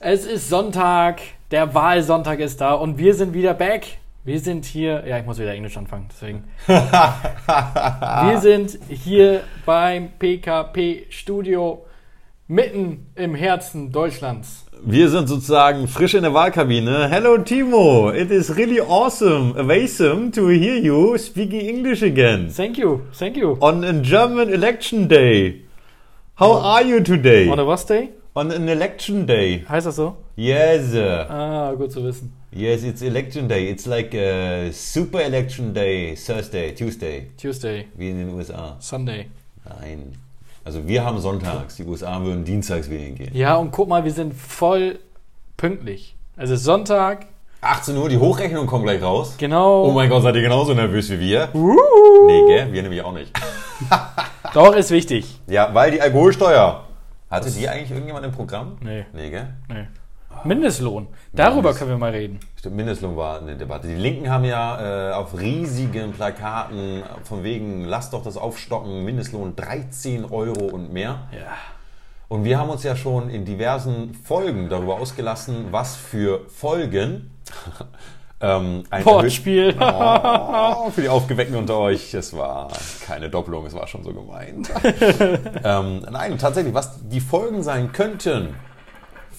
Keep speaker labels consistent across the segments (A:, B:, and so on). A: Es ist Sonntag, der Wahlsonntag ist da und wir sind wieder back. Wir sind hier, ja, ich muss wieder Englisch anfangen, deswegen.
B: Ah.
A: wir sind hier beim PKP Studio mitten im Herzen Deutschlands.
B: Wir sind sozusagen frisch in der Wahlkabine. Hello Timo, it is really awesome, awesome to hear you speaking English again
A: Thank you, thank you.
B: on a German election day. How are you today?
A: On a was day?
B: On an election day.
A: Heißt das so?
B: Yes, uh,
A: Ah, gut zu wissen.
B: yes, it's election day. It's like a super election day, Thursday, Tuesday,
A: Tuesday,
B: wie in den USA.
A: Sunday.
B: Nein. Also wir haben sonntags, die USA würden dienstags wählen gehen.
A: Ja, und guck mal, wir sind voll pünktlich. Es ist Sonntag,
B: 18 Uhr, die Hochrechnung kommt gleich raus.
A: genau.
B: Oh mein Gott, seid ihr genauso nervös wie wir?
A: Wuhu.
B: Nee, gell? Wir nämlich auch nicht.
A: Doch, ist wichtig.
B: Ja, weil die Alkoholsteuer. Hatte die eigentlich irgendjemand im Programm?
A: Nee.
B: Nee, gell?
A: Nee. Mindestlohn. Darüber können wir mal reden.
B: Stimmt, Mindestlohn war eine Debatte. Die Linken haben ja äh, auf riesigen Plakaten von wegen, lasst doch das aufstocken, Mindestlohn 13 Euro und mehr.
A: Ja.
B: Und wir haben uns ja schon in diversen Folgen darüber ausgelassen, was für Folgen ähm, ein
A: Wortspiel.
B: Oh, für die Aufgeweckten unter euch, es war keine Doppelung, es war schon so gemeint. ähm, nein, tatsächlich, was die Folgen sein könnten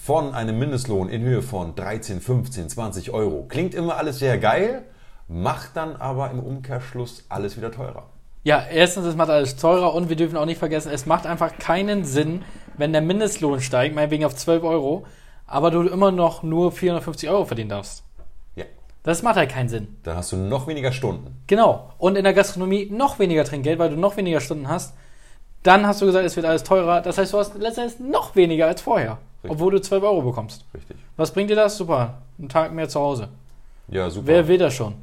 B: von einem Mindestlohn in Höhe von 13, 15, 20 Euro. Klingt immer alles sehr geil, macht dann aber im Umkehrschluss alles wieder teurer.
A: Ja, erstens, es macht alles teurer und wir dürfen auch nicht vergessen, es macht einfach keinen Sinn, wenn der Mindestlohn steigt, meinetwegen auf 12 Euro, aber du immer noch nur 450 Euro verdienen darfst.
B: Ja,
A: Das macht halt keinen Sinn.
B: dann hast du noch weniger Stunden.
A: Genau. Und in der Gastronomie noch weniger Trinkgeld, weil du noch weniger Stunden hast. Dann hast du gesagt, es wird alles teurer. Das heißt, du hast letztendlich noch weniger als vorher, obwohl du 12 Euro bekommst.
B: Richtig.
A: Was bringt dir das? Super. Einen Tag mehr zu Hause.
B: Ja, super.
A: Wer will das schon?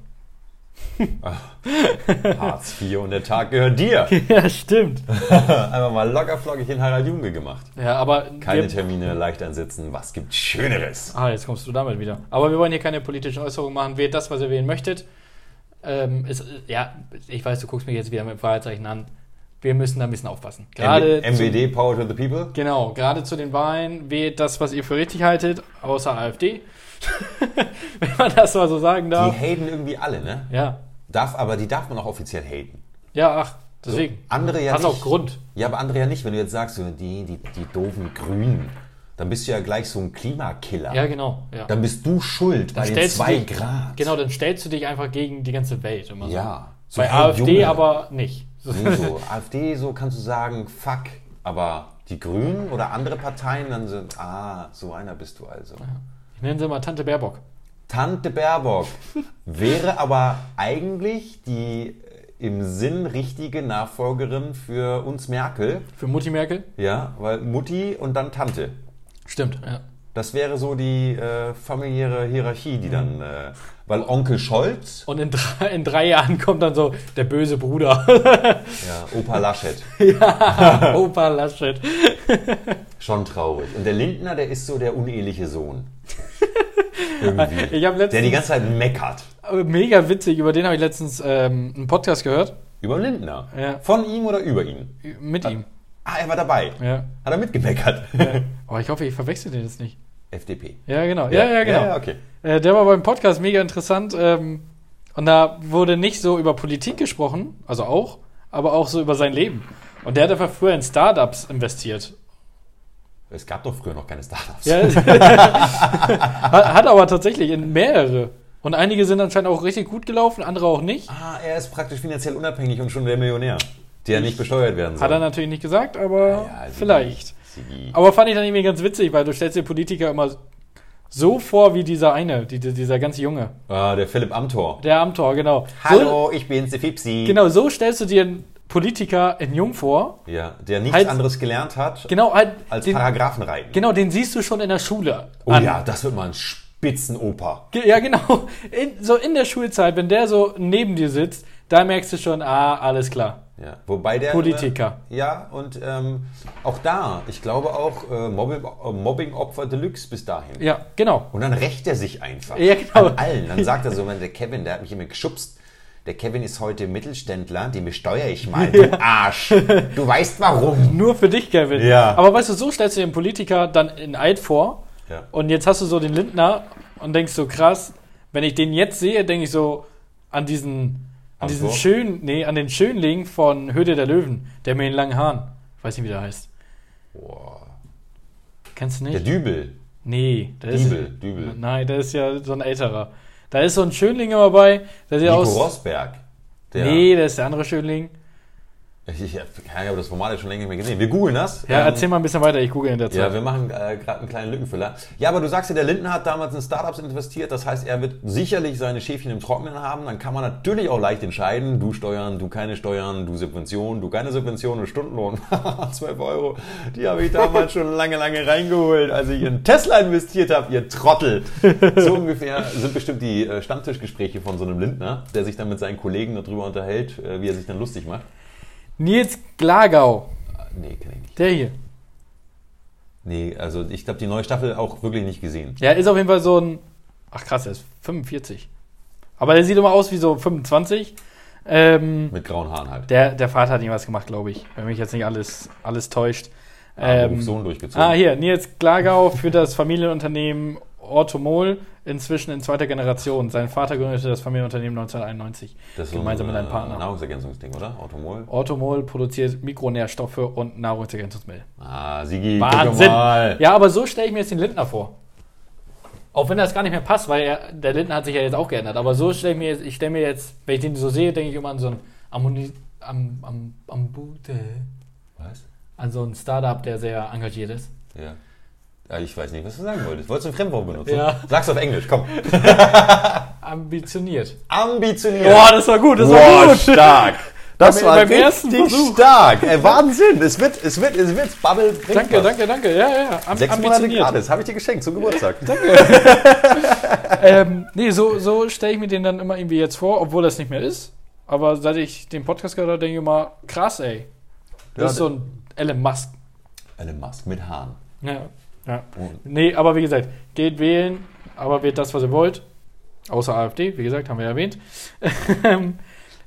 B: Hartz IV und der Tag gehört dir.
A: Ja, stimmt.
B: Einfach mal lockerflockig in Harald Junge gemacht.
A: Ja, aber.
B: Keine
A: wir-
B: Termine, leicht ansitzen, was gibt Schöneres?
A: Ah, jetzt kommst du damit wieder. Aber wir wollen hier keine politischen Äußerungen machen. Wählt das, was ihr wählen möchtet. Ähm, ist, ja, ich weiß, du guckst mich jetzt wieder mit Fragezeichen an. Wir müssen da ein bisschen aufpassen. Gerade
B: M- MBD, Power to the People?
A: Zu, genau, gerade zu den Wahlen wählt das, was ihr für richtig haltet, außer AfD. Wenn man das mal so sagen
B: Die
A: darf.
B: haten irgendwie alle, ne?
A: Ja,
B: Darf, aber die darf man auch offiziell haten.
A: ja, ach, deswegen.
B: Andere ja
A: Hat
B: nicht.
A: auch Grund.
B: Ja, aber andere ja nicht. Wenn du jetzt sagst, so, die, die, die doofen Grünen, dann bist du ja gleich so ein Klimakiller.
A: Ja, genau. Ja.
B: Dann bist du schuld bei den
A: stellst du
B: zwei
A: dich-
B: Grad.
A: Genau, dann stellst du dich einfach gegen die ganze Welt immer so.
B: Ja. So,
A: Bei
B: hey,
A: AfD
B: Junge.
A: aber nicht.
B: Nee, So, AfD, so kannst du sagen, fuck. Aber die Grünen oder andere Parteien, dann sind, ah, so einer bist du also.
A: Ich nenne sie mal Tante Baerbock.
B: Tante Baerbock wäre aber eigentlich die äh, im Sinn richtige Nachfolgerin für uns Merkel.
A: Für Mutti Merkel?
B: Ja, weil Mutti und dann Tante.
A: Stimmt, ja.
B: Das wäre so die äh, familiäre Hierarchie, die
A: Mhm.
B: dann, äh, weil Onkel Scholz,
A: Und in drei, in drei Jahren kommt dann so der böse Bruder.
B: ja, Opa Laschet,
A: Opa Laschet.
B: schon traurig. Und der Lindner, der ist so der uneheliche Sohn. Irgendwie.
A: Ich habe
B: Der
A: letztens,
B: die
A: Oh,
B: ganze Zeit meckert.
A: mega witzig, über den habe ich letztens ähm, einen Podcast gehört.
B: Über Lindner.
A: Ja.
B: Von ihm oder über ihn?
A: Mit ihm.
B: Ah, er war dabei.
A: Ja.
B: Hat er mitgemeckert?
A: Aber ich hoffe, ich verwechsel den jetzt nicht.
B: FDP.
A: Ja, genau. Ja, ja, genau.
B: Ja, okay.
A: Äh, der war beim Podcast mega interessant. Ähm, und da wurde nicht so über Politik gesprochen, also auch, aber auch so über sein Leben. Und der hat einfach früher in Startups investiert.
B: Es gab doch früher noch keine Startups.
A: Ja. hat, hat aber tatsächlich in mehrere. Und einige sind anscheinend auch richtig gut gelaufen, andere auch nicht.
B: Ah, er ist praktisch finanziell unabhängig und schon der Millionär, der nicht besteuert werden soll.
A: Hat er natürlich nicht gesagt, aber
B: Ja, also sie-
A: vielleicht.
B: Sie-
A: Aber fand ich dann irgendwie ganz witzig, weil du stellst dir Politiker immer so vor wie dieser eine, die, die- dieser ganz Junge.
B: Ah, der Philipp Amthor.
A: Der Amtor, genau. So,
B: Hallo, ich bin's, der Fipsi.
A: genau, so stellst du dir einen Politiker in Jung vor.
B: Ja, der nichts
A: Halt-
B: anderes gelernt hat
A: Genau, halt,
B: als
A: den,
B: Paragraphenreiten.
A: genau, den siehst du schon in der Schule.
B: Oh
A: an.
B: ja, das wird mal ein Spitzenoper.
A: Ge- Ja, genau. In, so in der Schulzeit, wenn der so neben dir sitzt, da merkst du schon, ah, alles klar.
B: Ja. Wobei der
A: Politiker.
B: ja, und ähm, auch da, ich glaube auch äh, Mobbing, äh, Mobbing-Opfer Deluxe bis dahin.
A: Ja, genau.
B: Und dann rächt er sich einfach
A: Ja, genau.
B: an allen. Dann sagt er so, wenn der Kevin, der hat mich immer geschubst. Der Kevin ist heute Mittelständler, den besteuere ich mal. Du Arsch. Du weißt warum.
A: Nur für dich, Kevin.
B: Ja.
A: Aber weißt du, so stellst du den Politiker dann in alt vor
B: Ja.
A: Und jetzt hast du so den Lindner und denkst so, krass, wenn ich den jetzt sehe, denke ich so an diesen, an
B: Am
A: diesen
B: Tor?
A: schönen, nee, an den Schönling von Höhle der Löwen, der mit den langen Haaren. Ich weiß nicht, wie der heißt.
B: Boah.
A: Kennst du
B: Der
A: nicht?
B: Dübel.
A: nee, der
B: Dübel,
A: ist.
B: Dübel.
A: Nein, der ist ja so ein älterer. Da ist so ein Schönling immer bei, der sieht
B: Nico
A: aus.
B: Rosberg. Der,
A: Nee, der ist der andere Schönling.
B: Ich, ich, ich habe das Format jetzt schon länger nicht mehr gesehen. Wir googeln das.
A: Ja,
B: Ähm,
A: erzähl mal ein bisschen weiter, ich google in der Zeit.
B: Ja, wir machen äh, gerade einen kleinen Lückenfüller. Ja, aber du sagst ja, der Linden hat damals in Startups investiert. Das heißt, er wird sicherlich seine Schäfchen im Trockenen haben. Dann kann man natürlich auch leicht entscheiden, du Steuern, du keine Steuern, du Subventionen, du keine Subventionen und Stundenlohn. 12 Euro, die habe ich damals schon lange, lange reingeholt, als ich in Tesla investiert habe, ihr Trottel. So ungefähr sind bestimmt die äh, Stammtischgespräche von so einem Lindner, der sich dann mit seinen Kollegen darüber unterhält, äh, wie er sich dann lustig macht.
A: Nils Glagau,
B: Äh, Nee, kenn ich nicht.
A: der hier.
B: Nee, also ich glaube, die neue Staffel auch wirklich nicht gesehen.
A: Ja, ist auf jeden Fall so ein. Ach krass, er ist 45. Aber der sieht immer aus wie so 25. Ähm,
B: Mit grauen Haaren halt.
A: der, der Vater hat ihm was gemacht, glaube ich. Wenn mich jetzt nicht alles, alles täuscht.
B: Ähm,
A: Ähm,
B: Sohn durchgezogen.
A: ah, hier, Nils Glagau für das Familienunternehmen Ortomol, inzwischen in zweiter Generation. Sein Vater gründete das Familienunternehmen 1991.
B: Das ist
A: gemeinsam mit einem
B: äh,
A: Partner.
B: Nahrungsergänzungsding, oder? Automol.
A: Ortomol produziert Mikronährstoffe und Nahrungsergänzungsmittel.
B: Ah, Sigi, guck doch
A: Wahnsinn!
B: mal.
A: Ja, aber so stelle ich mir jetzt den Lindner vor. Auch wenn das gar nicht mehr passt, weil er, der Lindner hat sich ja jetzt auch geändert. Aber so stelle ich mir jetzt, ich stelle mir jetzt, wenn ich den so sehe, denke ich immer an so einen Ammoni, am, am, am Bude,
B: Was?
A: an so einen Startup, der sehr engagiert ist.
B: Ja. ja. Ich weiß nicht, was du sagen wolltest. Wolltest du ein Fremdwort benutzen?
A: Ja.
B: Sag's auf Englisch, komm.
A: Ambitioniert.
B: Ambitioniert.
A: Boah, das war gut, das war
B: Boah,
A: gut.
B: stark. Das
A: Beim-
B: war
A: beim
B: richtig
A: ersten Versuch.
B: stark. Ey, Wahnsinn. Es wird, es wird, es wird. Bubble bringt
A: Danke,
B: was.
A: danke, danke. Ja, ja, am,
B: Sechs Monate gratis. Habe ich dir geschenkt zum Geburtstag.
A: Ähm, nee, so, so stelle ich mir den dann immer irgendwie jetzt vor, obwohl das nicht mehr ist. Aber seit ich den Podcast gehört habe, denke ich immer, krass, ey. Das
B: Ja,
A: ist so ein Elon Musk.
B: Elon Musk mit Haaren.
A: Ja. ja.
B: Und-
A: Nee, aber wie gesagt, geht wählen, aber wählt das, was ihr wollt. Außer AfD, wie gesagt, haben wir ja erwähnt.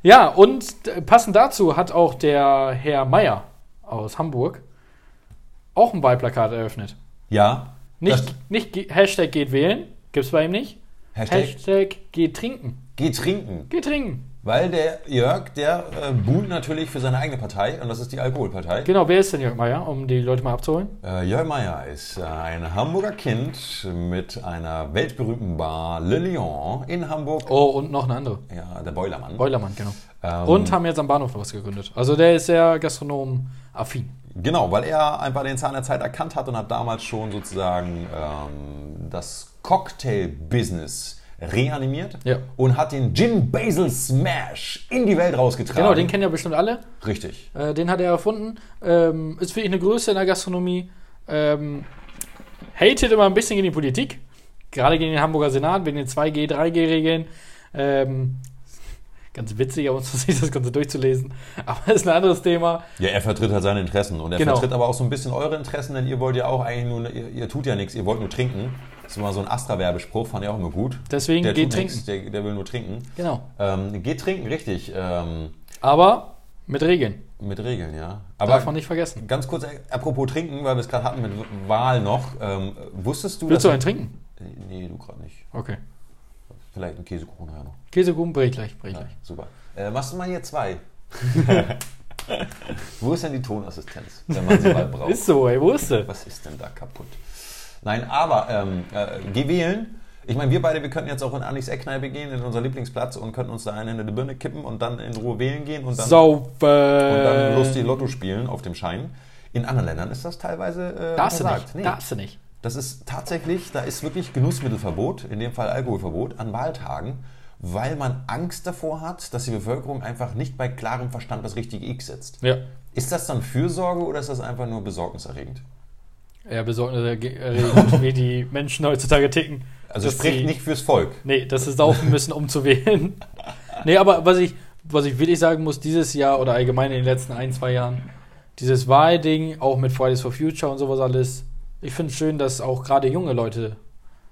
A: ja, und äh, passend dazu hat auch der Herr Meier aus Hamburg auch ein Wahlplakat eröffnet.
B: Ja.
A: Nicht, nicht ge- Hashtag geht wählen, gibt's bei ihm nicht.
B: Das Hashtag
A: Hashtag geht trinken.
B: geh trinken.
A: Geht trinken.
B: Weil der Jörg, der äh, buhlt natürlich für seine eigene Partei und das ist die Alkoholpartei.
A: Genau, wer ist denn Jörg Meier, um die Leute mal abzuholen?
B: Äh, Jörg Meyer ist äh, ein Hamburger Kind mit einer weltberühmten Bar Le Lion in Hamburg.
A: Oh, und noch eine andere.
B: Ja, der Boilermann.
A: Beulermann, genau.
B: Ähm,
A: Und haben jetzt am Bahnhof was gegründet. Also der ist sehr gastronom-affin.
B: Genau, weil er einfach den Zahn der Zeit erkannt hat und hat damals schon sozusagen ähm, das Cocktail-Business reanimiert
A: Ja.
B: und hat den Gin Basil Smash in die Welt rausgetragen.
A: Genau, den kennen ja bestimmt alle.
B: Richtig.
A: Äh, den hat er erfunden. Ähm, ist wirklich eine Größe in der Gastronomie. Ähm, hatet immer ein bisschen gegen die Politik. Gerade gegen den Hamburger Senat, wegen den 2G, 3G-Regeln. Ähm, ganz witzig, aber uns sich das Ganze durchzulesen. Aber ist ein anderes Thema.
B: Ja, er vertritt halt seine Interessen und er
A: Genau.
B: vertritt aber auch so ein bisschen eure Interessen, denn ihr wollt ja auch eigentlich nur, ihr, ihr tut ja nichts, ihr wollt nur trinken. Das ist immer so ein Astra-Werbespruch, fand ich auch immer gut.
A: Deswegen
B: der
A: geht
B: tut
A: trinken.
B: nichts, der, der will nur trinken.
A: Genau.
B: Ähm, geht trinken, richtig. Ähm,
A: Aber mit Regeln.
B: mit Regeln, ja. Aber
A: Darf man nicht vergessen.
B: ganz kurz, äh, apropos trinken, weil wir es gerade hatten mit Wahl noch. Ähm, wusstest du,
A: Willst du einen
B: dass... Äh,
A: trinken?
B: Nee, du gerade nicht.
A: Okay.
B: Vielleicht ein Käsekuchen ja noch.
A: Käsekuchen, brich gleich, brich
B: Ja,
A: gleich.
B: super. Äh, machst du mal hier zwei? Wo ist denn die Tonassistenz, wenn man sie mal braucht?
A: Ist so, ey, wo ist sie?
B: Was ist denn da kaputt? Nein, aber ähm, äh, geh wählen. Ich meine, wir beide, wir könnten jetzt auch in Annichs Eckkneipe gehen, in unseren Lieblingsplatz und könnten uns da eine in die Birne kippen und dann in Ruhe wählen gehen und dann,
A: Saufen.
B: und
A: Ähm.
B: dann lustig Lotto spielen auf dem Schein. In anderen Ländern ist das teilweise äh,
A: Darfst du
B: untersagt.
A: nicht. Darfst du nicht.
B: Das ist tatsächlich, da ist wirklich Genussmittelverbot, in dem Fall Alkoholverbot, an Wahltagen, weil man Angst davor hat, dass die Bevölkerung einfach nicht bei klarem Verstand das richtige X setzt.
A: Ja.
B: Ist das dann Fürsorge oder ist das einfach nur besorgniserregend?
A: Ja, besorgniserregend, äh, wie die Menschen heutzutage ticken.
B: Also
A: Dass
B: spricht
A: sie-
B: nicht fürs Volk.
A: Nee, dass sie saufen müssen, um zu wählen. Nee, aber was ich, was ich wirklich sagen muss, dieses Jahr oder allgemein in den letzten ein, zwei Jahren, dieses Wahlding, auch mit Fridays for Future und sowas alles, ich finde es schön, dass auch gerade junge Leute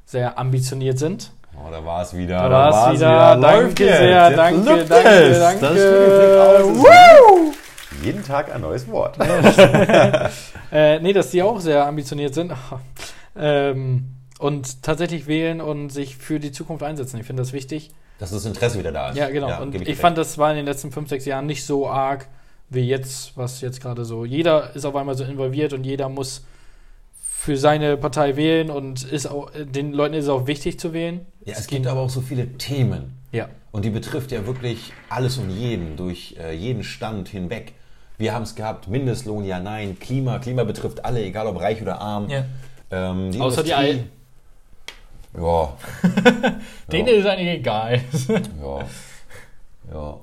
A: sehr ambitioniert sind.
B: Oh, da war es wieder.
A: Da war's wieder. Danke
B: jetzt.
A: sehr,
B: Jetzt
A: danke,
B: läuft
A: danke,
B: es.
A: danke.
B: Das ist wirklich aus. Jeden Tag ein neues Wort.
A: Äh, nee, dass die auch sehr ambitioniert sind. ähm, und tatsächlich wählen und sich für die Zukunft einsetzen. Ich finde das wichtig.
B: Dass das Interesse wieder da ist.
A: Ja, genau. und
B: gebe
A: ich
B: dir recht.
A: fand, das war in den letzten fünf, sechs Jahren nicht so arg wie jetzt, was jetzt gerade so. Jeder ist auf einmal so involviert und jeder muss für seine Partei wählen und ist auch, den Leuten ist es auch wichtig zu wählen.
B: ja, es gibt aber auch so viele Themen.
A: Ja.
B: Und die betrifft ja wirklich alles und jeden, durch äh, jeden Stand hinweg. Wir haben es gehabt, Mindestlohn, ja, nein, Klima, Klima betrifft alle, egal ob reich oder arm.
A: ja.
B: Ähm, die
A: Außer die
B: Industrie- Ja,
A: Denen ist eigentlich egal.
B: ja, ja.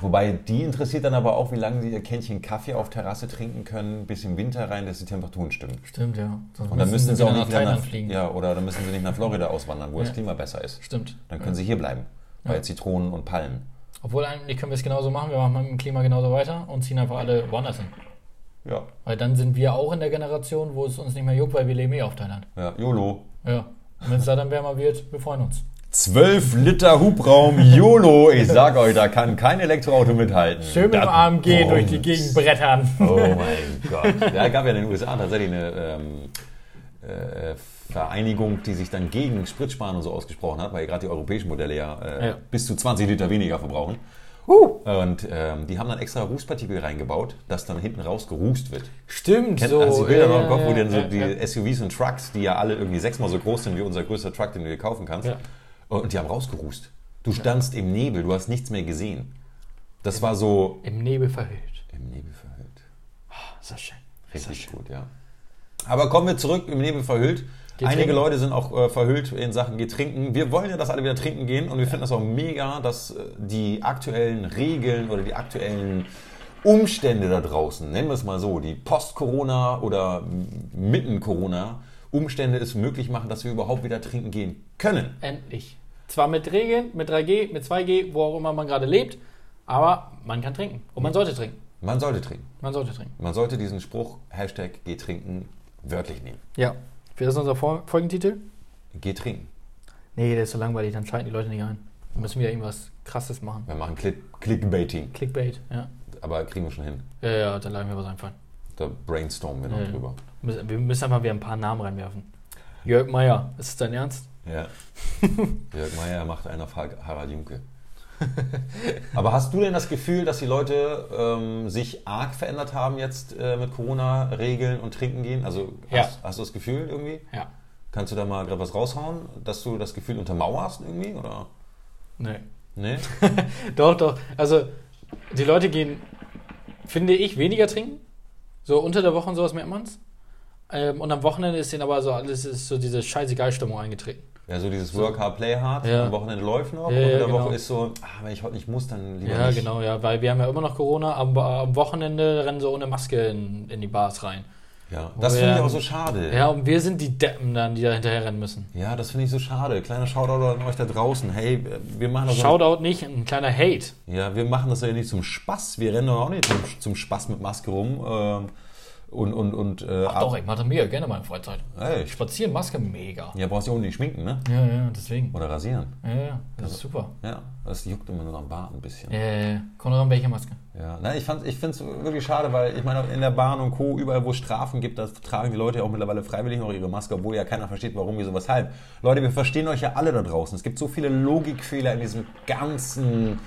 B: Wobei, die interessiert dann aber auch, wie lange sie ihr Kännchen Kaffee auf Terrasse trinken können, bis im Winter rein, dass die Temperaturen stimmen.
A: Stimmt, ja. Sonst
B: Und dann müssen, sie auch
A: wieder
B: nicht wieder nach, ja, oder dann müssen sie nicht nach Florida auswandern, wo das Klima besser ist.
A: Stimmt.
B: Dann können sie hier bleiben, bei Zitronen und Palmen.
A: Obwohl eigentlich können wir es genauso machen. Wir machen mit dem Klima genauso weiter und ziehen einfach alle woanders hin.
B: Ja,
A: Weil dann sind wir auch in der Generation, wo es uns nicht mehr juckt, weil wir leben eh auf Thailand.
B: ja, YOLO.
A: Ja. Und wenn es da dann wärmer wird, wir freuen uns.
B: 12 Liter Hubraum YOLO. Ich sag euch, da kann kein Elektroauto mithalten.
A: Schön mit dem
B: Das
A: AMG durch die
B: brummt.
A: Gegend brettern.
B: Oh mein Gott. Ja, gab ja in den USA tatsächlich eine ähm, äh, Vereinigung, die sich dann gegen Spritsparen und so ausgesprochen hat, weil gerade die europäischen Modelle ja, äh,
A: Ja.
B: bis zu 20 Liter weniger verbrauchen. Und ähm, die haben dann extra Rußpartikel reingebaut, dass dann hinten raus gerußt wird.
A: Stimmt,
B: Kennt,
A: so.
B: also die Bilder
A: ja,
B: noch im Kopf, wo
A: ja,
B: dann so
A: ja,
B: die
A: ja.
B: SUVs und Trucks, die ja alle irgendwie sechsmal so groß sind wie unser größter Truck, den du dir kaufen kannst, Äh,
A: Ja.
B: und die haben rausgerust. Du standst im Nebel, du hast nichts mehr gesehen. Das war so
A: Im Nebel verhüllt.
B: im Nebel verhüllt.
A: Ist das schön.
B: Richtig gut, ja. Aber kommen wir zurück, im Nebel verhüllt.
A: Getränke.
B: Einige Leute sind auch äh, verhüllt in Sachen Getrinken. Wir wollen ja, dass alle wieder trinken gehen und wir finden das auch mega, dass äh, die aktuellen Regeln oder die aktuellen Umstände da draußen, nennen wir es mal so, die Post-Corona oder Mitten-Corona Umstände es möglich machen, dass wir überhaupt wieder trinken gehen können.
A: Endlich. Zwar mit Regeln, mit 3G, mit 2G, wo auch immer man gerade lebt, aber man kann trinken. Und man sollte trinken.
B: Man sollte trinken.
A: Man sollte trinken.
B: Man sollte diesen Spruch Hashtag Geh trinken wörtlich nehmen.
A: Ja. Wer ist unser Vor Folgentitel?
B: Geh trinken.
A: Nee, der ist so langweilig, dann schalten die Leute nicht ein. Wir müssen wieder irgendwas Krasses machen.
B: Wir machen Click Clickbaiting,
A: Clickbait, ja.
B: aber kriegen wir schon hin.
A: Ja, ja, dann laden wir was einfallen.
B: Da brainstormen wir noch
A: Ja.
B: drüber.
A: Müssen- Wir müssen einfach wieder ein paar Namen reinwerfen. Jörg Meier, ist das dein Ernst?
B: Ja. Jörg Meier macht einen auf Har- Harald Junke. Aber hast du denn das Gefühl, dass die Leute ähm, sich arg verändert haben jetzt äh, mit Corona-Regeln und Trinken gehen? Also
A: Ja.
B: hast, hast du das Gefühl irgendwie?
A: Ja.
B: Kannst du da mal gerade was raushauen, dass du das Gefühl untermauerst irgendwie? Oder?
A: Nee.
B: Nee?
A: Doch, doch. Also, die Leute gehen, finde ich, weniger trinken. So unter der Woche und sowas merkt man's. Ähm, und am Wochenende ist denen aber so alles ist so diese scheißegal Stimmung eingetreten.
B: Ja, so dieses Work hard, play hard.
A: Ja.
B: Am Wochenende läuft noch.
A: Ja,
B: und
A: ja,
B: in der
A: genau.
B: Woche ist so, ah, wenn ich heute nicht muss, dann lieber
A: Ja,
B: nicht.
A: genau, ja. Weil wir haben ja immer noch Corona, aber am Wochenende rennen sie ohne Maske in, in die Bars rein.
B: Ja. Das finde ich
A: Oh Ja.
B: auch so schade.
A: Ja, und wir sind die Deppen dann, die da hinterher rennen müssen.
B: Ja, das finde ich so schade. Kleiner Shoutout an euch da draußen. Hey, wir machen das
A: Shoutout nicht, ein kleiner Hate.
B: Ja, wir machen das ja nicht zum Spaß. Wir rennen doch auch nicht zum, zum Spaß mit Maske rum. Ähm, und, und, und, äh, ab-
A: Doch, ich mache das mega gerne in meiner Freizeit.
B: Ey,
A: Spazieren, Maske, mega.
B: ja, brauchst du auch nicht schminken, ne?
A: Ja, ja, deswegen.
B: Oder rasieren.
A: Ja, ja, das ist super.
B: Ja, das juckt immer nur am Bart ein bisschen. Ja.
A: Ja, ja, ja. Kommt daran, welche Maske.
B: Na, ich fand, ich finde es wirklich schade, weil ich meine, in der Bahn und Co., überall, wo es Strafen gibt, da tragen die Leute ja auch mittlerweile freiwillig noch ihre Maske, obwohl ja keiner versteht, warum, wieso, weshalb. Leute, wir verstehen euch ja alle da draußen. Es gibt so viele Logikfehler in diesem ganzen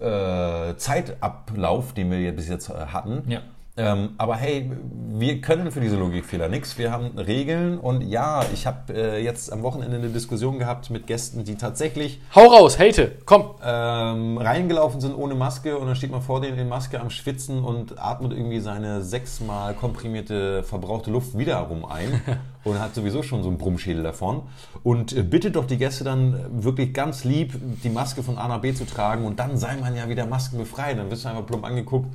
B: äh, Zeitablauf, den wir ja bis jetzt äh, hatten.
A: Ja.
B: Ähm, aber hey, wir können für diese Logikfehler nichts. Wir haben Regeln und ja, ich habe äh, jetzt am Wochenende eine Diskussion gehabt mit Gästen, die tatsächlich
A: Hau raus, hate, komm.
B: ähm, reingelaufen sind ohne Maske und dann steht man vor denen in Maske am Schwitzen und atmet irgendwie seine sechsmal komprimierte, verbrauchte Luft wiederum ein und hat sowieso schon so einen Brummschädel davon und äh, bittet doch die Gäste dann wirklich ganz lieb, die Maske von A nach B zu tragen und dann sei man ja wieder maskenbefreit. Dann wirst du einfach plump angeguckt.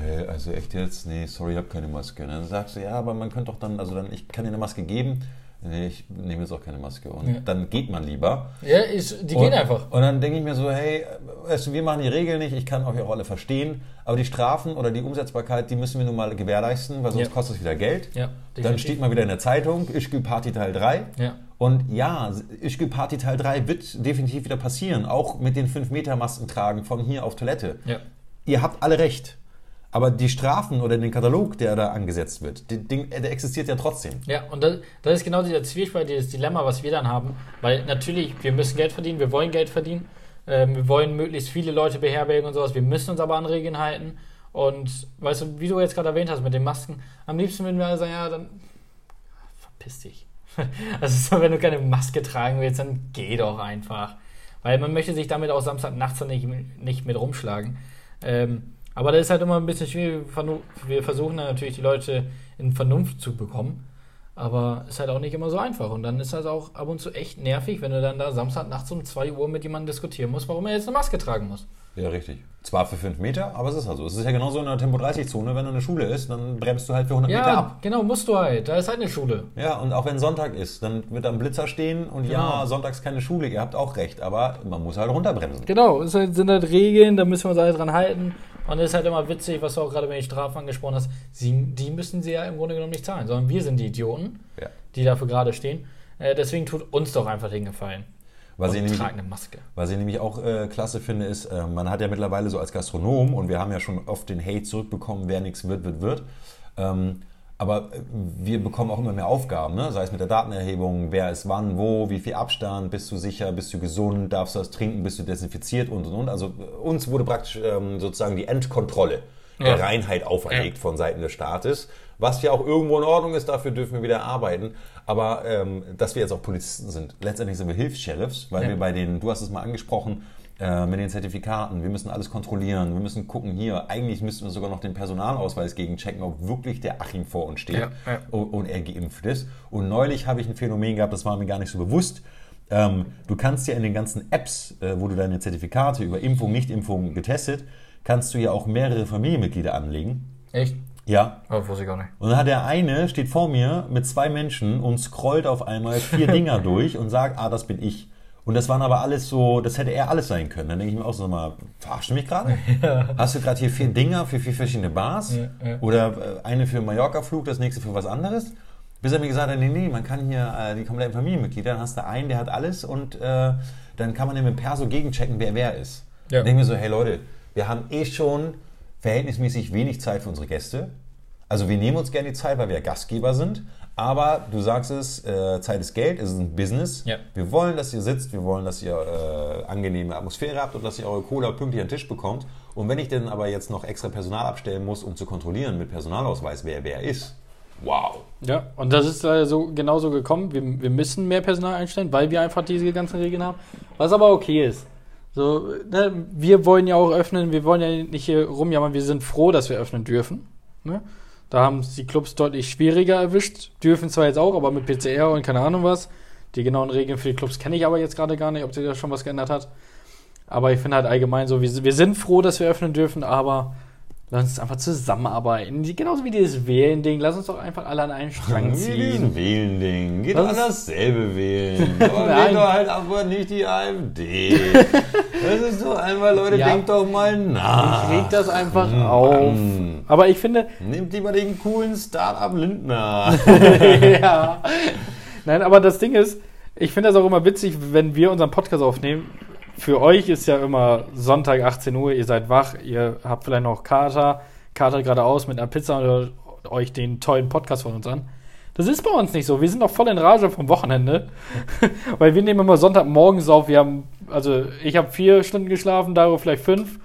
B: Hä, also echt jetzt? Nee, sorry, ich habe keine Maske. Und dann sagst du, ja, aber man könnte doch dann, also dann, ich kann dir eine Maske geben. Nee, ich nehme jetzt auch keine Maske. Und
A: Ja.
B: dann geht man lieber.
A: Ja, ist, die
B: Und-
A: gehen einfach.
B: Und dann denke ich mir so, hey, weißt du, wir machen die Regeln nicht, ich kann euch auch alle verstehen, aber die Strafen oder die Umsetzbarkeit, die müssen wir nun mal gewährleisten, weil sonst
A: Ja.
B: kostet es wieder Geld.
A: Ja,
B: dann steht mal wieder in der Zeitung, Ischgl Party Teil 3.
A: Ja.
B: Und ja, Ischgl Party Teil 3 wird definitiv wieder passieren, auch mit den 5-Meter-Masken tragen von hier auf Toilette.
A: Ja.
B: Ihr habt alle recht. Aber die Strafen oder den Katalog, der da angesetzt wird, den, den, der existiert ja trotzdem.
C: Ja, und das, das ist genau dieser Zwiespalt, dieses Dilemma, was wir dann haben. Weil natürlich, wir müssen Geld verdienen, wir wollen Geld verdienen, ähm, wir wollen möglichst viele Leute beherbergen und sowas, wir müssen uns aber an Regeln halten. Und weißt du, wie du jetzt gerade erwähnt hast mit den Masken, am liebsten würden wir alle sagen, ja, dann verpiss dich. also so, wenn du keine Maske tragen willst, dann geh doch einfach. Weil man möchte sich damit auch Samstagnachts dann nicht, nicht mit rumschlagen. Ähm, aber das ist halt immer ein bisschen schwierig. Wir versuchen dann natürlich die Leute in Vernunft zu bekommen. Aber ist halt auch nicht immer so einfach. Und dann ist das auch ab und zu echt nervig, wenn du dann da Samstag nachts um 2 Uhr mit jemandem diskutieren musst, warum er jetzt eine Maske tragen muss.
B: Ja, richtig. Zwar für 5 Meter, aber es ist halt so. Es ist ja genauso in der Tempo-30-Zone, wenn du eine Schule ist, dann bremst du halt für 100
C: Ja,
B: Meter ab.
C: genau, musst du halt. Da ist halt eine Schule.
B: Ja, und auch wenn Sonntag ist, dann wird da ein Blitzer stehen und ja, sonntags keine Schule, ihr habt auch recht, aber man muss halt runterbremsen.
C: Genau, es halt- sind halt Regeln, da müssen wir uns alle dran halten. Und es ist halt immer witzig, was du auch gerade mit den Strafen angesprochen hast. Sie, die müssen sie ja im Grunde genommen nicht zahlen, sondern wir sind die Idioten,
B: Ja.
C: die dafür gerade stehen. Äh, deswegen tut uns doch einfach den Gefallen.
B: Was ich
C: und
B: nämlich
C: trag eine Maske.
B: Was ich nämlich auch äh, klasse finde, ist, äh, man hat ja mittlerweile so als Gastronom, und wir haben ja schon oft den Hate zurückbekommen, wer nichts wird, wird, wird. Ähm, aber äh, wir bekommen auch immer mehr Aufgaben, ne? sei es mit der Datenerhebung, wer ist wann, wo, wie viel Abstand, bist du sicher, bist du gesund, darfst du was trinken, bist du desinfiziert und und und. Also äh, uns wurde praktisch ähm, sozusagen die Endkontrolle der
C: Ja.
B: Reinheit auferlegt von Seiten des Staates, was ja auch irgendwo in Ordnung ist, dafür dürfen wir wieder arbeiten. Aber ähm, dass wir jetzt auch Polizisten sind, letztendlich sind wir Hilfs-Sheriffs, weil wir bei den, du hast es mal angesprochen, äh, mit den Zertifikaten, wir müssen alles kontrollieren, wir müssen gucken hier, eigentlich müssten wir sogar noch den Personalausweis gegenchecken, ob wirklich der Achim vor uns steht
C: Ja, ja.
B: Und, und Oh, er geimpft ist. Und neulich habe ich ein Phänomen gehabt, das war mir gar nicht so bewusst. Ähm, du kannst ja in den ganzen Apps, äh, wo du deine Zertifikate über Impfung, Nichtimpfung getestet, kannst du ja auch mehrere Familienmitglieder anlegen.
C: Echt?
B: Ja.
C: Aber wusste ich gar nicht.
B: Und dann hat der eine, steht vor mir mit zwei Menschen und scrollt auf einmal vier Dinger durch und sagt, ah, das bin ich. Und das waren aber alles so, das hätte er alles sein können. Dann denke ich mir auch so mal, verarschst du mich gerade? Hast du gerade hier vier Dinger für vier verschiedene Bars? Oder äh, eine für Mallorca-Flug, das nächste für was anderes? Bis er mir gesagt hat, nee, nee, man kann hier äh, die kompletten Familienmitglieder, dann hast du einen, der hat alles und äh, dann kann man ja mit Perso gegenchecken, wer wer ist.
C: Ja.
B: Dann denke ich mir so, hey Leute, wir haben eh schon verhältnismäßig wenig Zeit für unsere Gäste. Also wir nehmen uns gerne die Zeit, weil wir ja Gastgeber sind. Aber du sagst es, äh, Zeit ist Geld, es ist ein Business.
C: Ja.
B: Wir wollen, dass ihr sitzt, wir wollen, dass ihr äh, angenehme Atmosphäre habt und dass ihr eure Cola pünktlich an den Tisch bekommt. Und wenn ich denn aber jetzt noch extra Personal abstellen muss, um zu kontrollieren mit Personalausweis, wer wer ist, wow.
A: Ja, und das ist äh, so genauso gekommen. Wir, wir müssen mehr Personal einstellen, weil wir einfach diese ganzen Regeln haben. Was aber okay ist. So, äh, ne, wir wollen ja auch öffnen, wir wollen ja nicht hier rumjammern, wir sind froh, dass wir öffnen dürfen. Ne? Da haben es die Clubs deutlich schwieriger erwischt. Dürfen zwar jetzt auch, aber mit PCR und keine Ahnung was. Die genauen Regeln für die Clubs kenne ich aber jetzt gerade gar nicht, ob sich da schon was geändert hat. Aber ich finde halt allgemein so, wir, wir sind froh, dass wir öffnen dürfen, aber lass uns einfach zusammenarbeiten. Die- Genauso wie dieses Wählen-Ding, lass uns doch einfach alle an einen Strang ziehen.
B: Diesen Wählen-Ding. Geht
A: Das
B: an
A: ist-
B: dasselbe wählen. Aber
A: Nein.
B: wählt doch halt aber nicht die AfD. Das ist so einfach, Leute,
A: Ja.
B: denkt doch mal nach. Hm,
A: Ich reg das einfach auf. Aber ich finde,
B: Nehmt lieber den coolen Start-up Lindner.
A: ja. Nein, aber das Ding ist, ich finde das auch immer witzig, wenn wir unseren Podcast aufnehmen. Für euch ist ja immer Sonntag 18 Uhr, ihr seid wach, ihr habt vielleicht noch Kater, Kater geradeaus mit einer Pizza und hört euch den tollen Podcast von uns an. Das ist bei uns nicht so. Wir sind noch voll in Rage vom Wochenende. Weil wir nehmen immer Sonntagmorgens auf. Wir haben, also ich habe vier Stunden geschlafen, Dario vielleicht fünf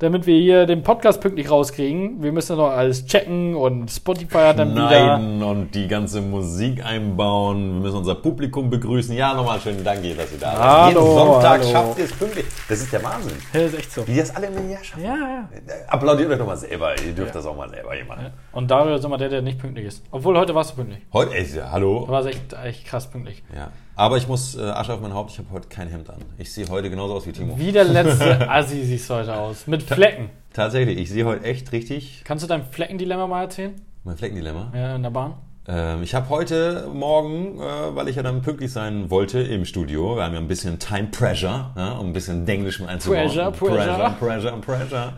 A: damit wir hier den Podcast pünktlich rauskriegen. Wir müssen noch alles checken und Spotify hat dann wieder.
B: Schneiden und die ganze Musik einbauen. Wir müssen unser Publikum begrüßen. Ja, nochmal schönen Dank, ihr, dass ihr da seid.
A: Hallo,
B: Jeden Sonntag
A: hallo.
B: schafft ihr es pünktlich. Das ist der Wahnsinn.
A: Ja, ist echt so.
B: Wie ihr das alle im Jahr schafft.
A: Ja, ja.
B: Applaudiert euch doch mal selber. Ihr dürft das auch mal selber hier machen.
A: Und Dario ist immer der, der nicht pünktlich ist. Obwohl heute warst du pünktlich.
B: Heute ist ja, hallo.
A: Du warst echt, echt krass pünktlich.
B: Ja. Aber ich muss äh, Asche auf mein Haupt, ich habe heute kein Hemd an. Ich sehe heute genauso aus wie Timo.
A: Wie der letzte Assi siehst du heute aus. Mit Flecken.
B: Tatsächlich, ich sehe heute echt richtig
A: Kannst du dein Fleckendilemma mal erzählen?
B: mein Fleckendilemma.
A: Ja, in der Bahn.
B: Ähm, ich habe heute Morgen, äh, weil ich ja dann pünktlich sein wollte im Studio, wir haben ja ein bisschen Time Pressure, ja, um ein bisschen Denglisch mit einzubauen.
A: Pressure, pressure.
B: Pressure, pressure, pressure.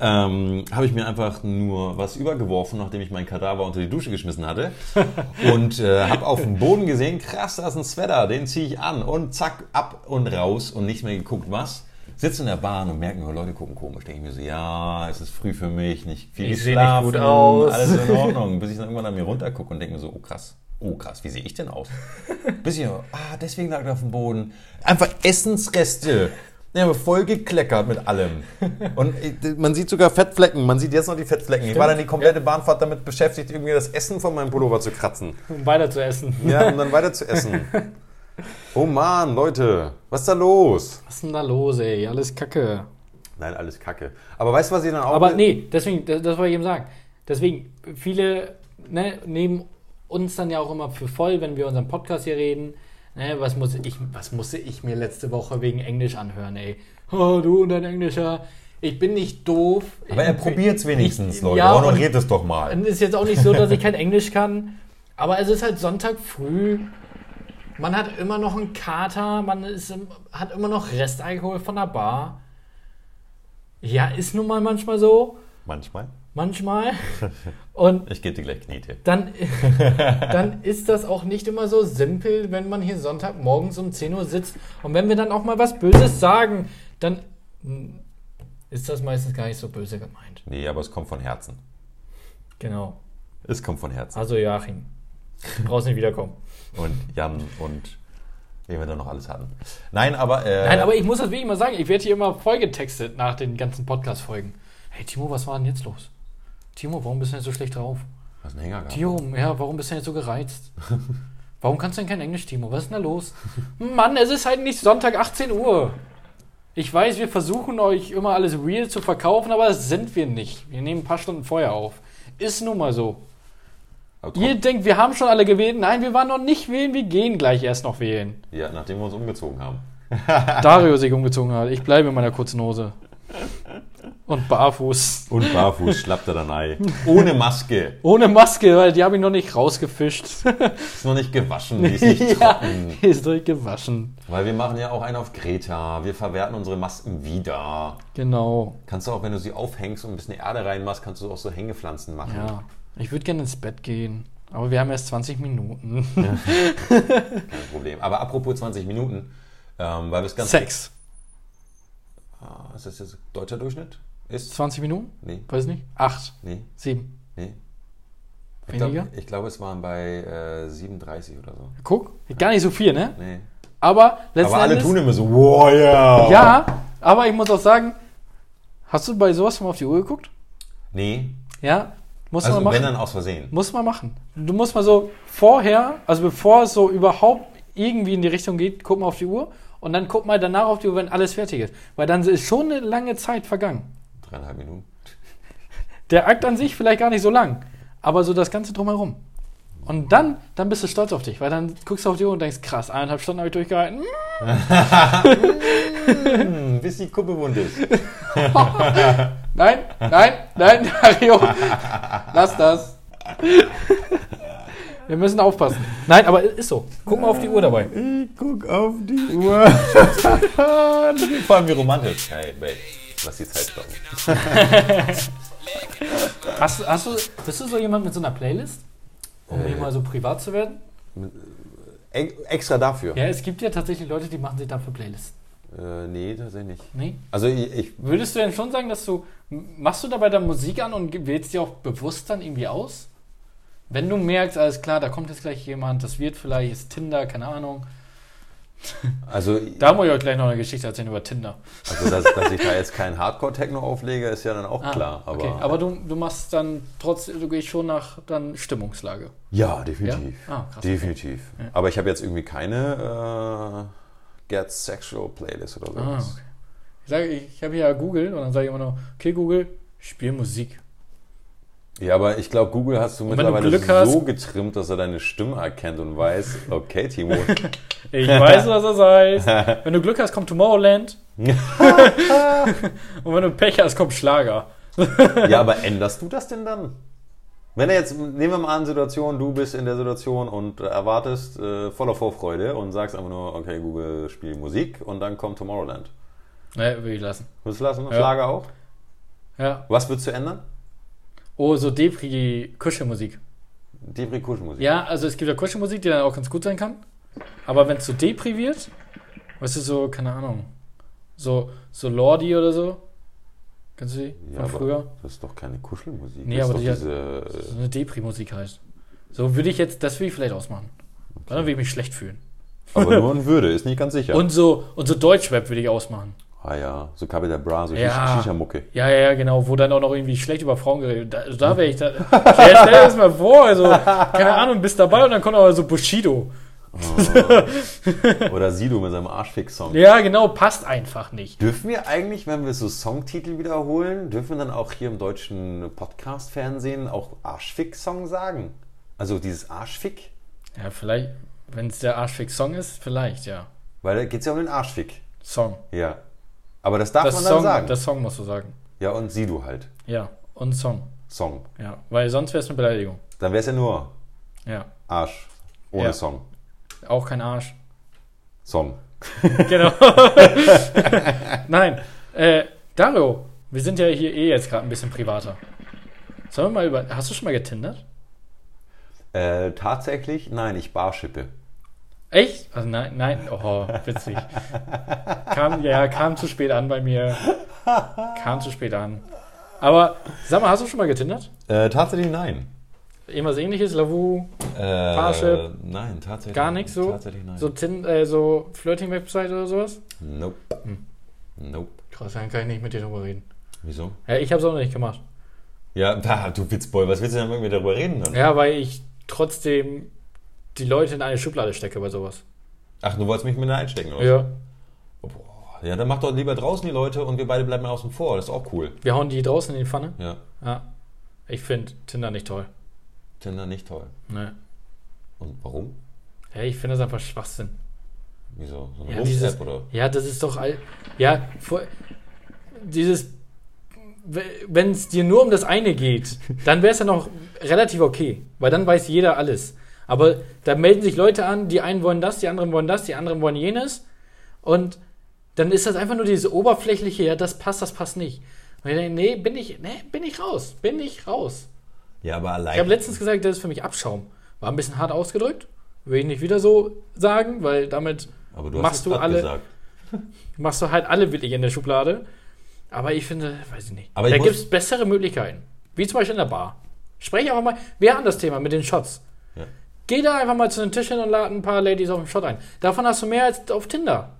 B: Ähm, habe ich mir einfach nur was übergeworfen, nachdem ich meinen Kadaver unter die Dusche geschmissen hatte. Und äh, habe auf dem Boden gesehen, krass, da ist ein Sweater, den ziehe ich an. Und zack, ab und raus und nicht mehr geguckt, was. sitze in der Bahn und merke nur, Leute gucken komisch. Denke ich mir so, ja, es ist früh für mich, nicht viel
C: Ich seh nicht gut aus.
B: alles in Ordnung. Bis ich dann irgendwann an mir runtergucke und denke mir so, oh krass, oh krass, wie sehe ich denn aus? Bis ich, nur, ah, deswegen lag er auf dem Boden. Einfach Essensreste. Ja, aber voll gekleckert mit allem. Und äh, man sieht sogar Fettflecken. Man sieht jetzt noch die Fettflecken. Ich war dann die komplette Bahnfahrt damit beschäftigt, irgendwie das Essen von meinem Pullover zu kratzen.
A: um weiter zu essen.
B: Ja, um dann weiter zu essen. Oh Mann, Leute, was ist da los?
A: Was ist denn da los, ey? Alles Kacke.
B: Nein, alles Kacke. Aber weißt du, was ich dann auch.
A: Aber nee, deswegen, das, das wollte ich eben sagen. Deswegen, viele ne, nehmen uns dann ja auch immer für voll, wenn wir unseren Podcast hier reden. Ne, was, muss ich, was musste ich mir letzte Woche wegen Englisch anhören, ey? Oh, du und dein Englischer. Ich bin nicht doof.
B: Aber er
A: Ich-
B: probiert es wenigstens, Leute.
A: ja, und-
B: Honoriert es doch mal.
A: Dann ist jetzt auch nicht so, dass ich kein Englisch kann. Aber es ist halt Sonntag früh. Man hat immer noch einen Kater. Man ist, im- hat immer noch Restalkohol von der Bar. Ja, ist nun mal manchmal so.
B: Manchmal.
A: Manchmal. Und
B: Ich gebe dir gleich Knete.
A: dann, dann ist das auch nicht immer so simpel, wenn man hier Sonntagmorgens um 10 Uhr sitzt. Und wenn wir dann auch mal was Böses sagen, dann hm, ist das meistens gar nicht so böse gemeint.
B: Nee, aber es kommt von Herzen.
A: Genau.
B: Es kommt von Herzen.
A: Also Joachim, du brauchst nicht wiederkommen.
B: Und Jan und wen wir da noch alles hatten. Nein, aber. Äh,
A: Nein, aber ich muss das wirklich mal sagen, ich werde hier immer vollgetextet nach den ganzen Podcast-Folgen. Hey Timo, was war denn jetzt los? Timo, warum bist du denn jetzt so schlecht drauf?
B: Was ist ein Hänger gehabt?
A: Timo, ja, warum bist du denn jetzt so gereizt? Warum kannst du denn kein Englisch, Timo? Was ist denn da los? Mann, es ist halt nicht Sonntag 18 Uhr. Ich weiß, wir versuchen euch immer alles real zu verkaufen, aber das sind wir nicht. Wir nehmen ein paar Stunden vorher auf. Ist nun mal so.
B: Aber trotzdem-
A: Ihr denkt, wir haben schon alle gewählt. Nein, wir waren noch nicht wählen, wir gehen gleich erst noch wählen.
B: ja, nachdem wir uns umgezogen haben.
A: Dario sich umgezogen hat. Ich bleibe in meiner kurzen Hose. Und barfuß.
B: Und barfuß schlappt er dann rein. Ohne Maske.
A: Ohne Maske, weil die habe ich noch nicht rausgefischt.
B: Ist noch nicht gewaschen. Die ist nicht
A: ja,
B: trocken.
A: die ist durchgewaschen.
B: Weil wir machen ja auch einen auf Greta. Wir verwerten unsere Masken wieder.
A: Genau.
B: Kannst du auch, wenn du sie aufhängst und ein bisschen Erde reinmachst, kannst du auch so Hängepflanzen machen.
A: Ja. Ich würde gerne ins Bett gehen. Aber wir haben erst 20 Minuten.
B: Kein Problem. Aber apropos 20 Minuten, ähm, weil wir es ganz.
A: Sex.
B: Ah, ist das jetzt deutscher Durchschnitt? Ist?
A: 20 Minuten?
B: Nee,
A: Weiß nicht. Acht.
B: nee,
A: Sieben.
B: nee. Ich
A: Weniger?
B: glaube, glaub, es waren bei äh, 37 oder so.
A: Guck. Gar nicht so viel, ne?
B: Nee.
A: Aber letzten
B: Aber alle
A: Endes,
B: tun immer so, wow, ja.
A: Ja, aber ich muss auch sagen, hast du bei sowas mal auf die Uhr geguckt?
B: Nee,
A: Ja. Muss
B: also
A: man machen.
B: wenn dann aus Versehen.
A: Muss man machen. Du musst mal so vorher, also bevor es so überhaupt irgendwie in die Richtung geht, guck mal auf die Uhr und dann guck mal danach auf die Uhr, wenn alles fertig ist. Weil dann ist schon eine lange Zeit vergangen.
B: Dreieinhalb Minuten.
A: Der Akt an sich vielleicht gar nicht so lang, aber so das Ganze drumherum. Und dann, dann bist du stolz auf dich, weil dann guckst du auf die Uhr und denkst, krass, eineinhalb Stunden habe ich durchgehalten. Hm,
B: Hm, bis die Kuppe wund ist.
A: Nein, nein, nein, Dario, lass das. Wir müssen aufpassen. Nein, aber ist so. Guck mal auf die Uhr dabei.
B: Ich guck auf die Uhr. Vor allem wie romantisch. Hey, babe, lass die Zeit stoppen.
A: Hast, hast du, bist du so jemand mit so einer Playlist? Um
B: Äh.
A: nicht mal so privat zu werden?
B: E extra dafür?
A: Ja, es gibt ja tatsächlich Leute, die machen sich dann für Playlists.
B: Äh, nee, tatsächlich nicht.
A: Nee?
B: Also ich, ich
A: Würdest du denn schon sagen, dass du, m- machst du dabei dann Musik an und ge- wählst die auch bewusst dann irgendwie aus? Wenn du merkst, alles klar, da kommt jetzt gleich jemand, das wird vielleicht, ist Tinder, keine Ahnung.
B: also,
A: Da muss ich euch gleich noch eine Geschichte erzählen über Tinder.
B: also dass, dass ich da jetzt kein Hardcore-Techno auflege, ist ja dann auch klar. Aber,
A: Ah, okay. aber du, du machst dann trotzdem, du gehst schon nach dann Stimmungslage.
B: ja, definitiv.
A: Ja? Ah, krass, okay.
B: definitiv. Aber ich habe jetzt irgendwie keine äh, Get Sexual Playlist oder
A: Ah,
B: sowas.
A: okay. Ich, sage, ich habe ja Google und dann sage ich immer noch, okay Google, spiel Musik.
B: Ja, aber ich glaube, Google hast du
A: wenn du
B: mittlerweile
A: Glück hast-
B: so getrimmt, dass er deine Stimme erkennt und weiß, okay, Timo.
A: Ich weiß, was das heißt. Wenn du Glück hast, kommt Tomorrowland. Und wenn du Pech hast, kommt Schlager.
B: Ja, aber änderst du das denn dann? Wenn er jetzt, nehmen wir mal an, Situation, du bist in der Situation und äh, erwartest äh, voller Vorfreude und sagst einfach nur, okay, Google, spiel Musik und dann kommt Tomorrowland.
A: Ne, würde ich lassen.
B: Würdest du lassen?
A: Ja.
B: Schlager auch?
A: Ja.
B: Was würdest du ändern?
A: Oh, so Depri-Kuschelmusik.
B: Depri-Kuschelmusik.
A: Ja, also es gibt ja Kuschelmusik, die dann auch ganz gut sein kann. Aber wenn es so Depri wird, weißt du, so, keine Ahnung. So, so Lordi oder so. Kennst du die?
B: Ja,
A: Von
B: aber- äh,
A: früher?
B: Das ist doch keine Kuschelmusik.
A: Nee,
B: das
A: aber
B: ist
A: die
B: doch
A: hat-
B: diese.
A: So eine Depri-Musik halt. So würde ich jetzt, das würde ich vielleicht ausmachen. Weil dann würde ich mich schlecht fühlen.
B: Aber nur in Würde, ist nicht ganz sicher.
A: Und so, und so Deutschrap würde ich ausmachen.
B: ah ja, so Kabel der Bra, so
A: Ja.
B: Shisha- Shisha-Mucke.
A: Ja, ja, ja, genau, wo dann auch noch irgendwie schlecht über Frauen geredet wird. Also da wäre ich da. Stell, stell dir das mal vor, also, keine Ahnung, bist dabei und dann kommt aber so Bushido.
B: Oder Sido mit seinem Arschfix-Song.
A: Ja, genau, passt einfach nicht.
B: Dürfen wir eigentlich, wenn wir so Songtitel wiederholen, dürfen wir dann auch hier im deutschen Podcast-Fernsehen auch Arschfick-Song sagen? Also dieses Arschfick?
A: Ja, vielleicht, wenn es der Arschfix-Song ist, vielleicht, ja.
B: Weil da geht es ja um den Arschfick.
A: Song.
B: Ja. Aber das darf
A: Das
B: man dann
A: Song,
B: sagen.
A: das Song musst du sagen.
B: ja, und Sido halt.
A: Ja, und Song.
B: Song.
A: Ja, weil sonst wäre es eine Beleidigung.
B: Dann wäre es ja nur
A: Ja,
B: Arsch. Ohne
A: Ja.
B: Song.
A: auch kein Arsch.
B: Song.
A: Genau. Nein, äh, Dario, wir sind ja hier eh jetzt gerade ein bisschen privater. Sollen wir mal über. Hast du schon mal getindert?
B: Äh, tatsächlich, nein, ich barschippe.
A: Echt? Also nein, nein, oh, witzig. Kam, ja, kam zu spät an bei mir. Kam zu spät an. Aber sag mal, hast du schon mal getindert?
B: Äh, tatsächlich nein.
A: Irgendwas ähnliches, Lavu,
B: Äh,
A: Barship?
B: Nein, tatsächlich.
A: gar nichts so?
B: Tatsächlich nein.
A: So, Tin- äh, so Flirting-Website oder sowas?
B: Nope.
A: Hm.
B: Nope.
A: Krass, dann kann ich nicht mit dir drüber reden.
B: Wieso?
A: Ja, ich hab's auch noch nicht gemacht.
B: Ja, da, du Witzboy, was willst du denn irgendwie darüber reden? Dann?
A: Ja, weil ich trotzdem die Leute in eine Schublade stecke bei sowas.
B: Ach, du wolltest mich mit einstecken, oder?
A: Ja.
B: Boah, ja, dann mach doch lieber draußen die Leute und wir beide bleiben außen vor. Das ist auch cool.
A: Wir hauen die draußen in die Pfanne.
B: Ja.
A: Ja. Ich finde Tinder nicht toll.
B: Tinder nicht toll.
A: Ne.
B: Und warum?
A: Ja, ich finde das einfach Schwachsinn.
B: Wieso? So eine
A: Ja,
B: Rums-App
A: dieses,
B: oder?
A: ja, das ist doch all. Ja, vor, dieses. Wenn es dir nur um das eine geht, dann wäre es ja noch relativ okay, weil dann weiß jeder alles. Aber da melden sich Leute an, die einen wollen das, die anderen wollen das, die anderen wollen jenes. Und dann ist das einfach nur dieses oberflächliche, ja, das passt, das passt nicht. Und ich denke, nee, bin ich, nee, bin ich raus, bin ich raus.
B: Ja, aber
A: Ich habe
B: allein.
A: letztens gesagt, das ist für mich Abschaum. War ein bisschen hart ausgedrückt. Will ich nicht wieder so sagen, weil damit
B: aber du
A: machst
B: hast es
A: du
B: grad
A: alle-
B: gesagt.
A: machst du halt alle wirklich in der Schublade. Aber ich finde, weiß ich nicht.
B: Aber
A: da
B: ich
A: gibt
B: muss-
A: es bessere Möglichkeiten. Wie zum Beispiel in der Bar. Spreche einfach mal. Wir haben das Thema mit den Shots.
B: Ja.
A: Geh da einfach mal zu den Tisch hin und lad ein paar Ladies auf den Shot ein. Davon hast du mehr als auf Tinder.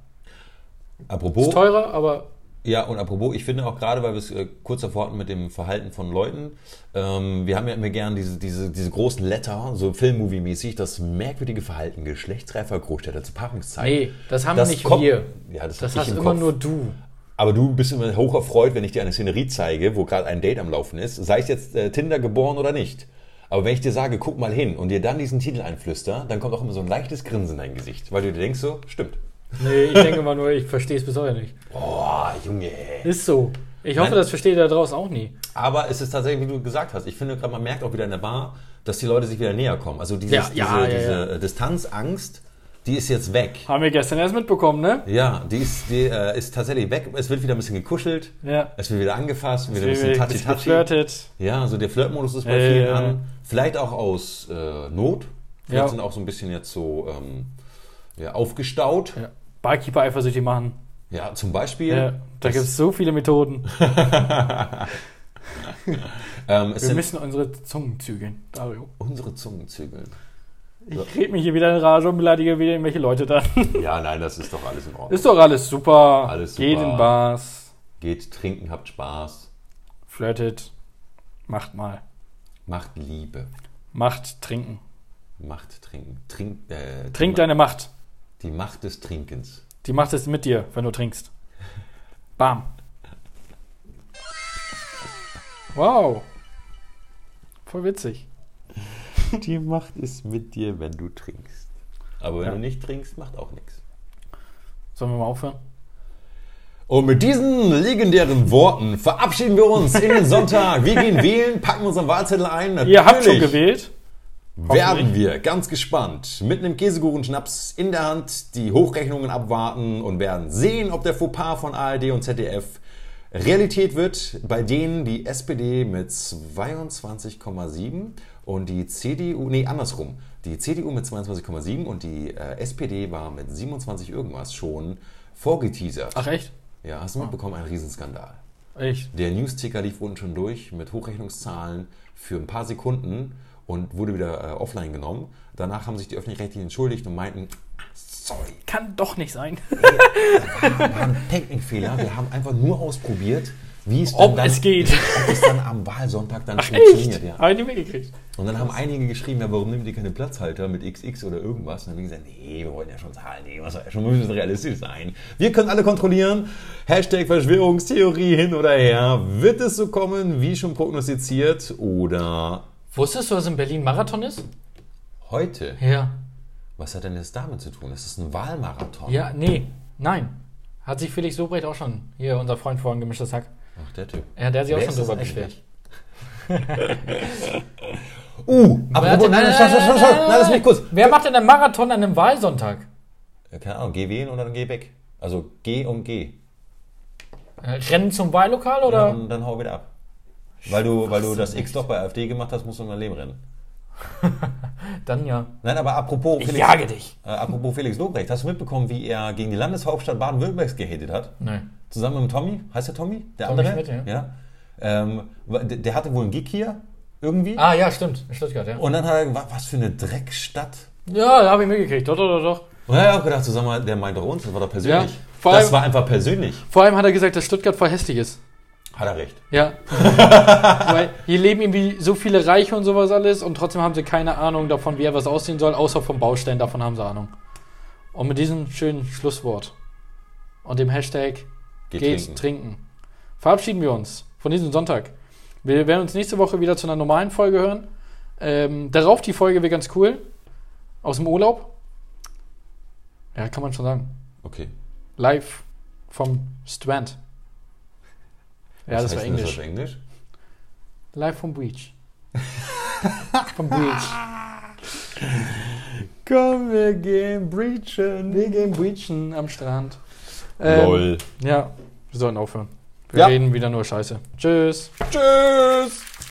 B: Apropos.
A: Ist teurer, aber
B: Ja, und apropos, ich finde auch gerade, weil wir es äh, kurz davor hatten mit dem Verhalten von Leuten, ähm, wir haben ja immer gern diese, diese, diese großen Letter, so Film-Movie-mäßig, das merkwürdige Verhalten geschlechtsreifer Großstädter zur Paarungszeit.
A: nee, das haben
B: Das
A: nicht
B: kommt-
A: wir.
B: Ja, das,
A: Das
B: hab
A: hast
B: ich im
A: immer
B: Kopf.
A: nur du.
B: Aber du bist immer hoch erfreut, wenn ich dir eine Szenerie zeige, wo gerade ein Date am Laufen ist, sei es jetzt äh, Tinder geboren oder nicht. Aber wenn ich dir sage, guck mal hin und dir dann diesen Titel einflüster, dann kommt auch immer so ein leichtes Grinsen in dein Gesicht, weil du dir denkst so, stimmt.
A: Nee, ich denke mal nur, ich verstehe es bis heute nicht.
B: Boah, Junge.
A: Ist so. Ich hoffe,
B: Nein.
A: das versteht ihr da draußen auch nie.
B: Aber es ist tatsächlich, wie du gesagt hast, ich finde gerade, man merkt auch wieder in der Bar, dass die Leute sich wieder näher kommen. Also dieses,
A: Ja, ja,
B: diese,
A: ja, ja.
B: diese Distanzangst, die ist jetzt weg.
A: Haben wir gestern erst mitbekommen, ne?
B: Ja, die ist, die, äh, ist tatsächlich weg. Es wird wieder ein bisschen gekuschelt,
A: Ja.
B: es wird wieder angefasst, wieder ein bisschen
A: Bisschen
B: touchy-touchy.
A: geflirtet.
B: Ja, so der Flirtmodus ist bei
A: Ja, ja,
B: vielen
A: ja.
B: an. Vielleicht auch aus äh, Not. Vielleicht
A: Ja.
B: sind auch so ein bisschen jetzt so ähm, ja, aufgestaut. Ja,
A: Barkeeper eifersüchtig machen.
B: zum Beispiel.
A: Ja, da
B: Das-
A: gibt es so viele Methoden.
B: Ähm, es
A: Wir
B: sind
A: müssen unsere Zungen zügeln, Dario.
B: unsere Zungen zügeln.
A: Ich red mich hier wieder in Rage und beleidige wieder irgendwelche Leute dann.
B: Ja, nein, das ist doch alles in Ordnung.
A: Ist doch alles super.
B: Alles
A: Geht
B: super.
A: in Bars,
B: Geht trinken, habt Spaß.
A: flirtet, macht mal.
B: Macht Liebe.
A: Macht trinken.
B: Macht Trinken. Trink, äh,
A: Trink
B: die, Ma-
A: deine Macht.
B: die Macht des Trinkens.
A: Die macht es mit dir, wenn du trinkst. Bam. Wow. Voll witzig.
B: Die Macht ist mit dir, wenn du trinkst. Aber wenn
A: Ja.
B: du nicht trinkst, macht auch nichts.
A: Sollen wir mal aufhören?
B: Und mit diesen legendären Worten verabschieden wir uns in den Sonntag. Wir gehen wählen, packen unseren Wahlzettel ein. Natürlich
A: Ihr habt schon gewählt.
B: werden wir ganz gespannt mit einem Käsekuchen-Schnaps in der Hand die Hochrechnungen abwarten und werden sehen, ob der Fauxpas von ARD und ZDF Realität wird, bei denen die SPD mit 22,7 und die CDU, nee, andersrum, die CDU mit 22,7 und die äh, SPD war mit 27 irgendwas schon vorgeteasert.
A: Ach echt?
B: Ja, hast du mitbekommen, ein Riesenskandal.
A: Echt?
B: Der Newsticker lief unten schon durch mit Hochrechnungszahlen für ein paar Sekunden und wurde wieder äh, offline genommen. Danach haben sich die Öffentlich-Rechtlichen entschuldigt und meinten, sorry,
A: Kann doch nicht sein.
B: wir haben einen Technikfehler, wir haben einfach nur ausprobiert, wie es,
A: Ob
B: dann,
A: es geht.
B: ob es dann am Wahlsonntag dann funktioniert. Ja.
A: Habe ich nicht mitgekriegt.
B: Und dann haben einige geschrieben, ja, warum nehmt ihr keine Platzhalter mit XX oder irgendwas? Und dann haben wir gesagt, nee, wir wollen ja schon Zahlen nehmen, was soll ja schon wir müssen realistisch sein. Wir können alle kontrollieren. Hashtag Verschwörungstheorie hin oder her. Wird es so kommen, wie schon prognostiziert oder
C: Wusstest du, dass in Berlin Marathon ist?
B: heute?
C: Ja.
B: Was hat denn das damit zu tun? Das ist ein Wahlmarathon.
C: Ja, nee, nein. Hat sich Felix Lobrecht auch schon, hier unser Freund vorhin gemischtes Hack,
B: Ach, der Typ.
C: ja, der hat sich auch
B: Wer
C: schon
B: ist das
C: drüber
B: eigentlich?
C: beschwert.
B: Uh, aber
C: er hat-
B: nein, nein, nein, nein, nein, nein, lass mich kurz.
C: Wer macht denn einen Marathon an einem Wahlsonntag?
B: Keine Ahnung, geh wählen und dann geh weg. Also geh und geh.
C: Äh, Rennen zum Wahllokal
B: Ja,
C: oder?
B: und dann hau wieder ab. Weil du, weil du das X doch bei AfD gemacht hast, musst du in dein Leben rennen.
C: Dann ja.
B: Nein, aber apropos
C: Ich
B: Felix,
C: jage dich.
B: Äh, apropos Felix Lobrecht, hast du mitbekommen, wie er gegen die Landeshauptstadt Baden-Württembergs gehatet hat?
C: Nein.
B: Zusammen mit dem Tommy? Heißt der Tommy? Der
C: Tommy
B: andere?
C: Schmidt,
B: ja. Ähm, wa- der, der hatte wohl einen Gig hier irgendwie.
C: Ah ja, stimmt. In Stuttgart, ja.
B: Und dann hat er gesagt, was für eine Dreckstadt.
A: Ja, da habe ich mitgekriegt. Doch, doch, doch, doch.
B: Und dann hat er auch gedacht, so, sag mal, der meint doch uns, das war doch persönlich.
A: Ja, vor
B: das
A: allem-
B: war einfach persönlich.
A: Vor allem hat er gesagt, dass Stuttgart voll hässlich ist.
B: Hat er recht.
A: Ja. Weil hier leben irgendwie so viele Reiche und sowas alles und trotzdem haben sie keine Ahnung davon, wie etwas aussehen soll, außer vom Baustellen, davon haben sie Ahnung. Und mit diesem schönen Schlusswort und dem Hashtag
B: Geht
A: geht's
B: trinken.
A: trinken. verabschieden wir uns von diesem Sonntag. Wir werden uns nächste Woche wieder zu einer normalen Folge hören. Ähm, darauf die Folge wäre ganz cool. Aus dem Urlaub. Ja, kann man schon sagen.
B: Okay.
A: Live vom Strand. Ja,
B: Was
A: das war
B: heißt denn
A: Englisch.
B: Das auf Englisch?
A: Live vom Beach. vom Beach.
B: Komm, wir gehen breachen.
A: Wir gehen breachen am Strand. Ähm,
B: Lol.
A: Ja, wir sollten aufhören. Wir
B: Ja.
A: reden wieder nur Scheiße. Ähm. Tschüss.
B: Tschüss.